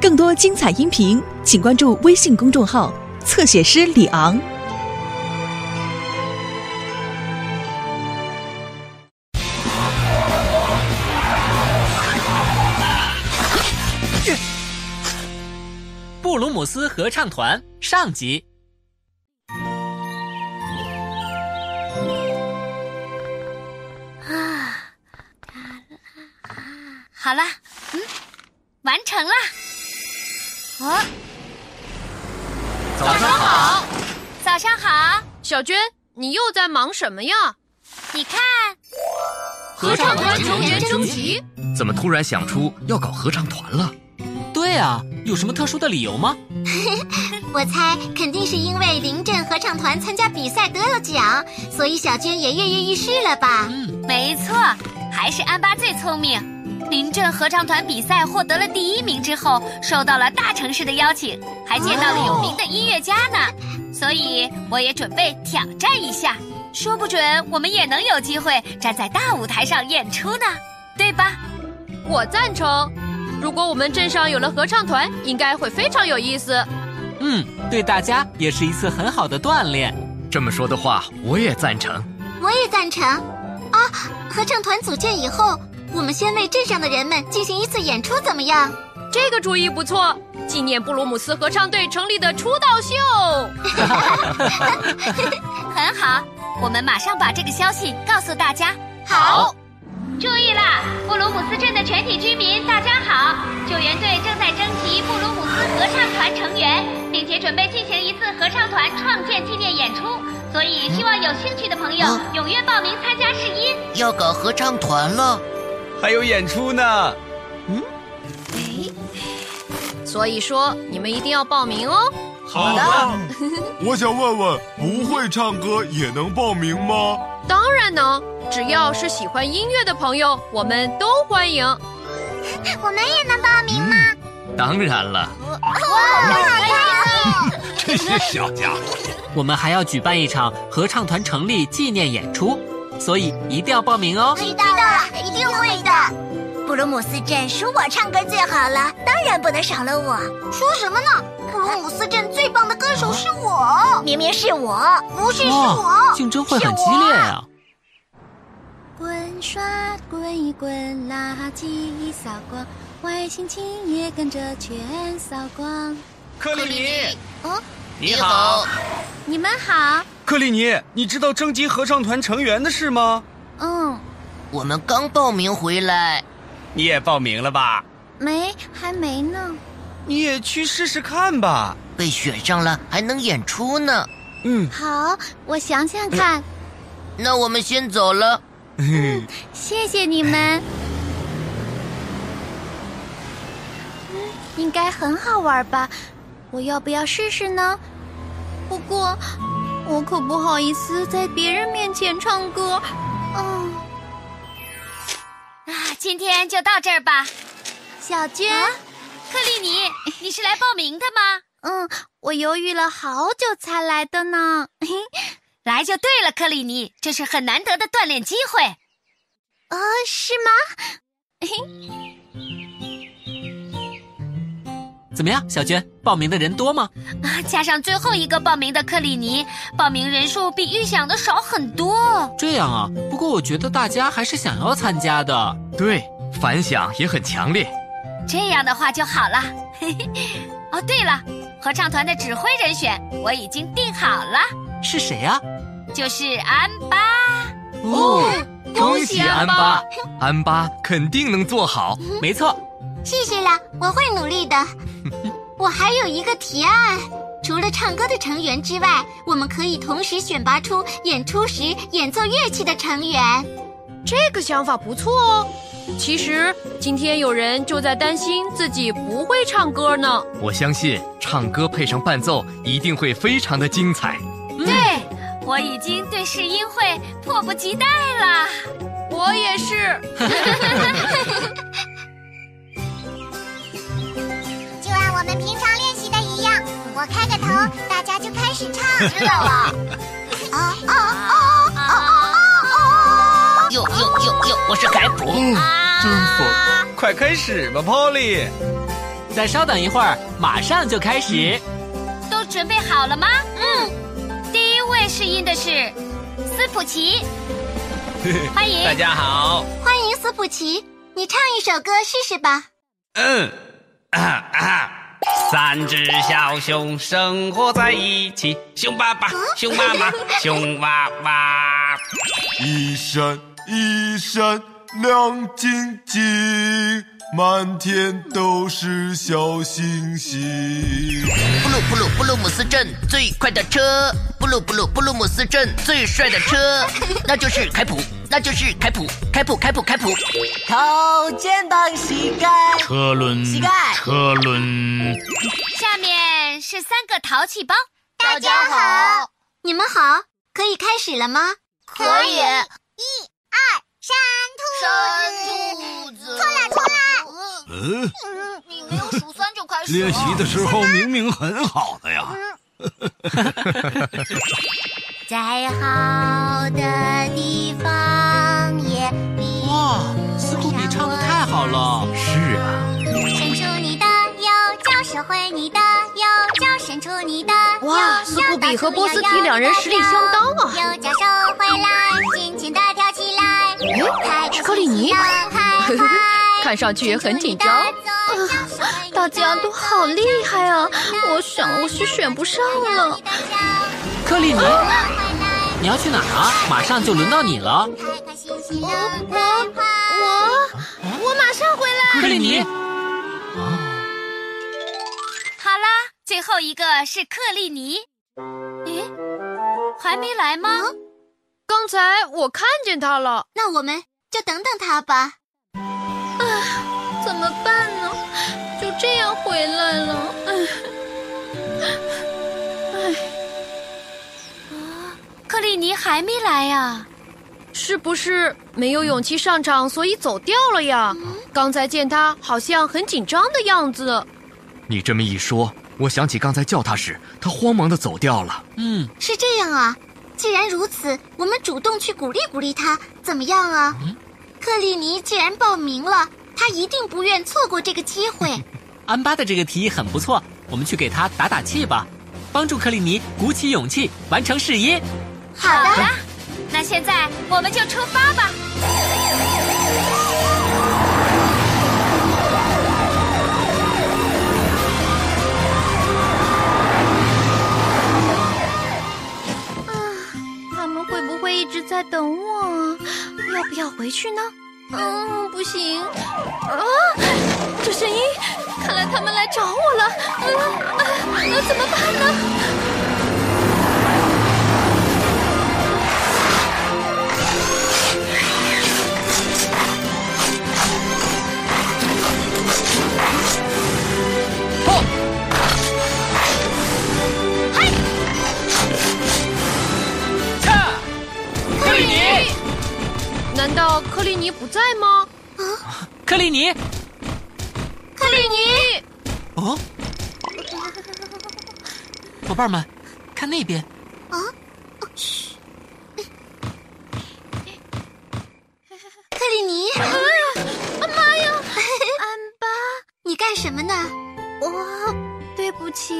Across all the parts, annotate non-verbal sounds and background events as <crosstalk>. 更多精彩音频，请关注微信公众号“侧写师李昂”。布鲁姆斯合唱团上集。啊，好了，嗯，完成了。哦，早上好，早上好，小娟，你又在忙什么呀？你看，合唱团成员征集。怎么突然想出要搞合唱团了？对啊，有什么特殊的理由吗？我猜肯定是因为林镇合唱团参加比赛得了奖，所以小娟也跃跃欲试了吧？嗯，没错，还是安巴最聪明。林镇合唱团比赛获得了第一名之后，受到了大城市的邀请，还见到了有名的音乐家呢。所以我也准备挑战一下，说不准我们也能有机会站在大舞台上演出呢，对吧？我赞成。如果我们镇上有了合唱团，应该会非常有意思。嗯，对大家也是一次很好的锻炼。这么说的话，我也赞成。我也赞成。啊，合唱团组建以后，我们先为镇上的人们进行一次演出，怎么样？这个主意不错，纪念布鲁姆斯合唱队成立的出道秀。很好，我们马上把这个消息告诉大家。好，注意啦，布鲁姆斯镇的全体居民，大家好！救援队正在征集布鲁姆斯合唱团成员，并且准备进行一次合唱团创建纪念演出，所以希望有兴趣的朋嗯友踊跃报名参加试音。要搞合唱团了，还有演出呢，所以说，你们一定要报名哦。好的，我想问问，不会唱歌也能报名吗？当然能，只要是喜欢音乐的朋友，我们都欢迎。我们也能报名吗？当然了，这些小家伙，我们还要举办一场合唱团成立纪念演出，所以一定要报名哦。知道了，一定会的。布鲁姆斯镇数我唱歌最好了，当然不能少了我。说什么呢？布鲁姆斯镇最棒的歌手是我，明明是我，不是是哇，竞争会很激烈啊！滚刷滚一滚，垃圾一扫光，坏心情也跟着全扫光。克里尼，你好，你们好，克里尼，你知道征集合唱团成员的事吗？嗯，我们刚报名回来，你也报名了吧？没，还没呢。你也去试试看吧。被选上了还能演出呢。嗯嗯，好，我想想看，嗯那我们先走了，谢谢你们。嗯应该很好玩吧？我要不要试试呢？不过，我可不好意思在别人面前唱歌。嗯，啊，今天就到这儿吧。小娟。克利尼，你是来报名的吗？嗯，我犹豫了好久才来的 <laughs> 呢。来就对了，克利尼，这是很难得的锻炼机会。哦，是吗？怎么样，小娟？报名的人多吗？啊，加上最后一个报名的克里尼，报名人数比预想的少很多。这样啊，不过我觉得大家还是想要参加的。对，反响也很强烈。这样的话就好了。 <laughs> 哦，对了，合唱团的指挥人选我已经定好了，是谁啊？就是安巴。哦，恭喜安巴，安巴肯定能做好。没错，谢谢啦，我会努力 <laughs> 的。我还有一个提案，除了唱歌的成员之外，我们可以同时选拔出演出时演奏乐器的成员。这个想法不错哦。其实今天有人就在担心自己不会唱歌呢。我相信唱歌配上伴奏，一定会非常的精彩。对，我已经对试音会迫不及待了。我也 <laughs> 是。就按我们平常练习的一样，我开个头，大家就开始唱。知道了。啊啊啊啊啊啊！哟哟哟哟，我是凯普，真啊，快开始吧，Polly。再稍等一会儿，马上就开始。都准备好了吗？嗯。第一位试音的是斯普奇，欢嗯迎大家好。欢迎斯普奇，你唱一首歌试试吧。嗯，啊啊！三只小熊生活在一起，熊爸啊爸、熊妈 <laughs> 妈、熊娃娃。一闪一闪亮晶晶，满天都是小星星。布鲁布鲁布鲁姆斯镇最快的车，布鲁布鲁布鲁姆斯镇最帅的车，那就是凯普，那就是凯普，凯普凯普凯普。头、肩膀、膝盖，车轮，膝盖车轮。下面是三个淘气包，大家好，你们好，可以开始了吗？可以一、二、山兔子，山兔子，错啦错啦，嗯，你没有数三就开练习的时候明明很好的呀。再好的地方也比哇，哦斯库比唱的太好了。是啊，伸出你的右脚，学会你的右脚，伸出你的右哇脚。斯库比和波斯提两人实力相当啊右脚收回来，尽情的跳起来。是克里尼嗨看上去也 <laughs> 很紧张。 <laughs> 大家 <laughs> 都好厉害啊！我想我是选不上了。克里尼，你要去哪儿啊？马上就轮到你了。开开心心的开花。我我马上回来。克里尼，好啦，最后一个是克利尼。诶，还没来吗？刚才我看见他了，那我们就等等他吧。啊怎么办呢？就这样回来了。哎唉哎啊克利尼还没来呀、是不是没有勇气上场，所以走掉了呀？刚才见他好像很紧张的样子。你这么一说，我想起刚才叫他时，他慌忙的走掉了。嗯，是这样啊，既然如此，我们主动去鼓励鼓励他，怎么样啊？克里尼既然报名了，他一定不愿错过这个机会。安巴的这个提议很不错，我们去给他打打气吧，帮助克里尼鼓起勇气完成试音。好好啦，那现在我们就出发吧。他们会不会一直在等我啊？要不要回去呢？嗯，不行。啊，这声音，看来他们来找我了。嗯啊啊，怎么办呢？克里尼，难道克利尼不在吗？克里尼，克利尼，哦， <laughs> 伙伴们，看那边，克里尼，哎 <laughs> 妈呀！安巴，你干什么呢？我对不起，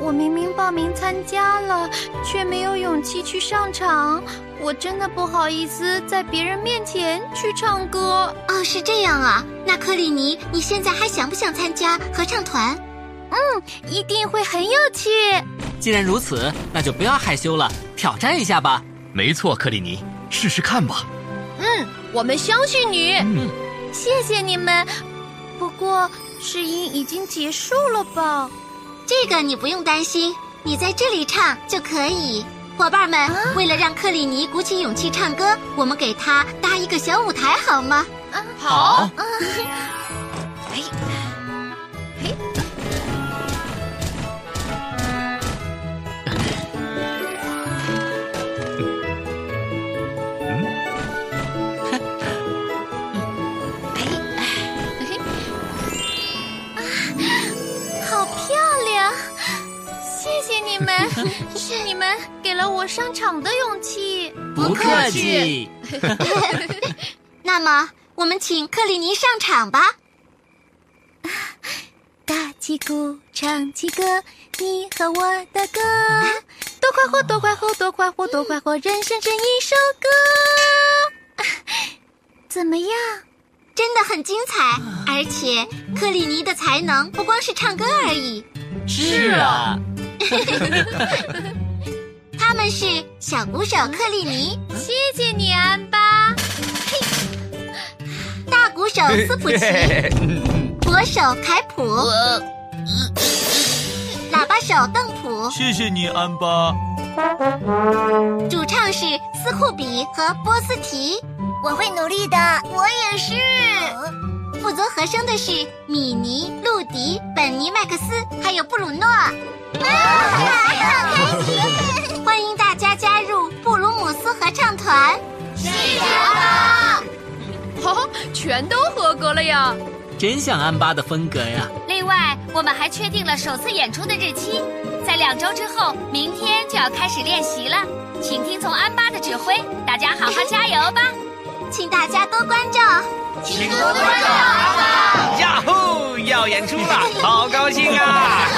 我明明报名参加了，却没有勇气去上场。我真的不好意思在别人面前去唱歌。哦，是这样啊。那克里尼，你现在还想不想参加合唱团？一定会很有趣。既然如此，那就不要害羞了，挑战一下吧。没错，克里尼，试试看吧。我们相信你。 <laughs> 谢谢你们，不过试音已经结束了吧？这个你不用担心，你在这里唱就可以。伙伴们，啊为了让克里尼鼓起勇气唱歌，我们给他搭一个小舞台好吗？好，好漂亮！谢谢 <laughs> 你们，是你们给了我上场的勇气。不客气气。那么，我们请克里尼上场吧。 <laughs> 大击鼓，唱起歌，你和我的歌，啊多快活，多快活，多快活，多快活，人生是一首歌。 <laughs> 怎么样？啊真的很精彩，而且克里尼的才能不光是唱歌而已。是啊，他们是小鼓手克里尼，谢谢你，安巴，大鼓手斯普奇，左手凯普，呃喇叭手邓普，谢谢你，安巴。主唱是斯库比和波斯提。我会努力的，我也是。负责和声的是米妮、路迪、本尼、麦克斯，还有布鲁诺。好开心！欢迎大家加入布鲁姆斯合唱团。是啊，哦，全都合格了呀！真像安巴的风格呀。另外，我们还确定了首次演出的日期，在两周之后，明天就要开始练习了。请听从安巴的指挥，大家好好加油吧！请大家多关照，请多关照阿爸。呀吼，要演出了，好高兴啊！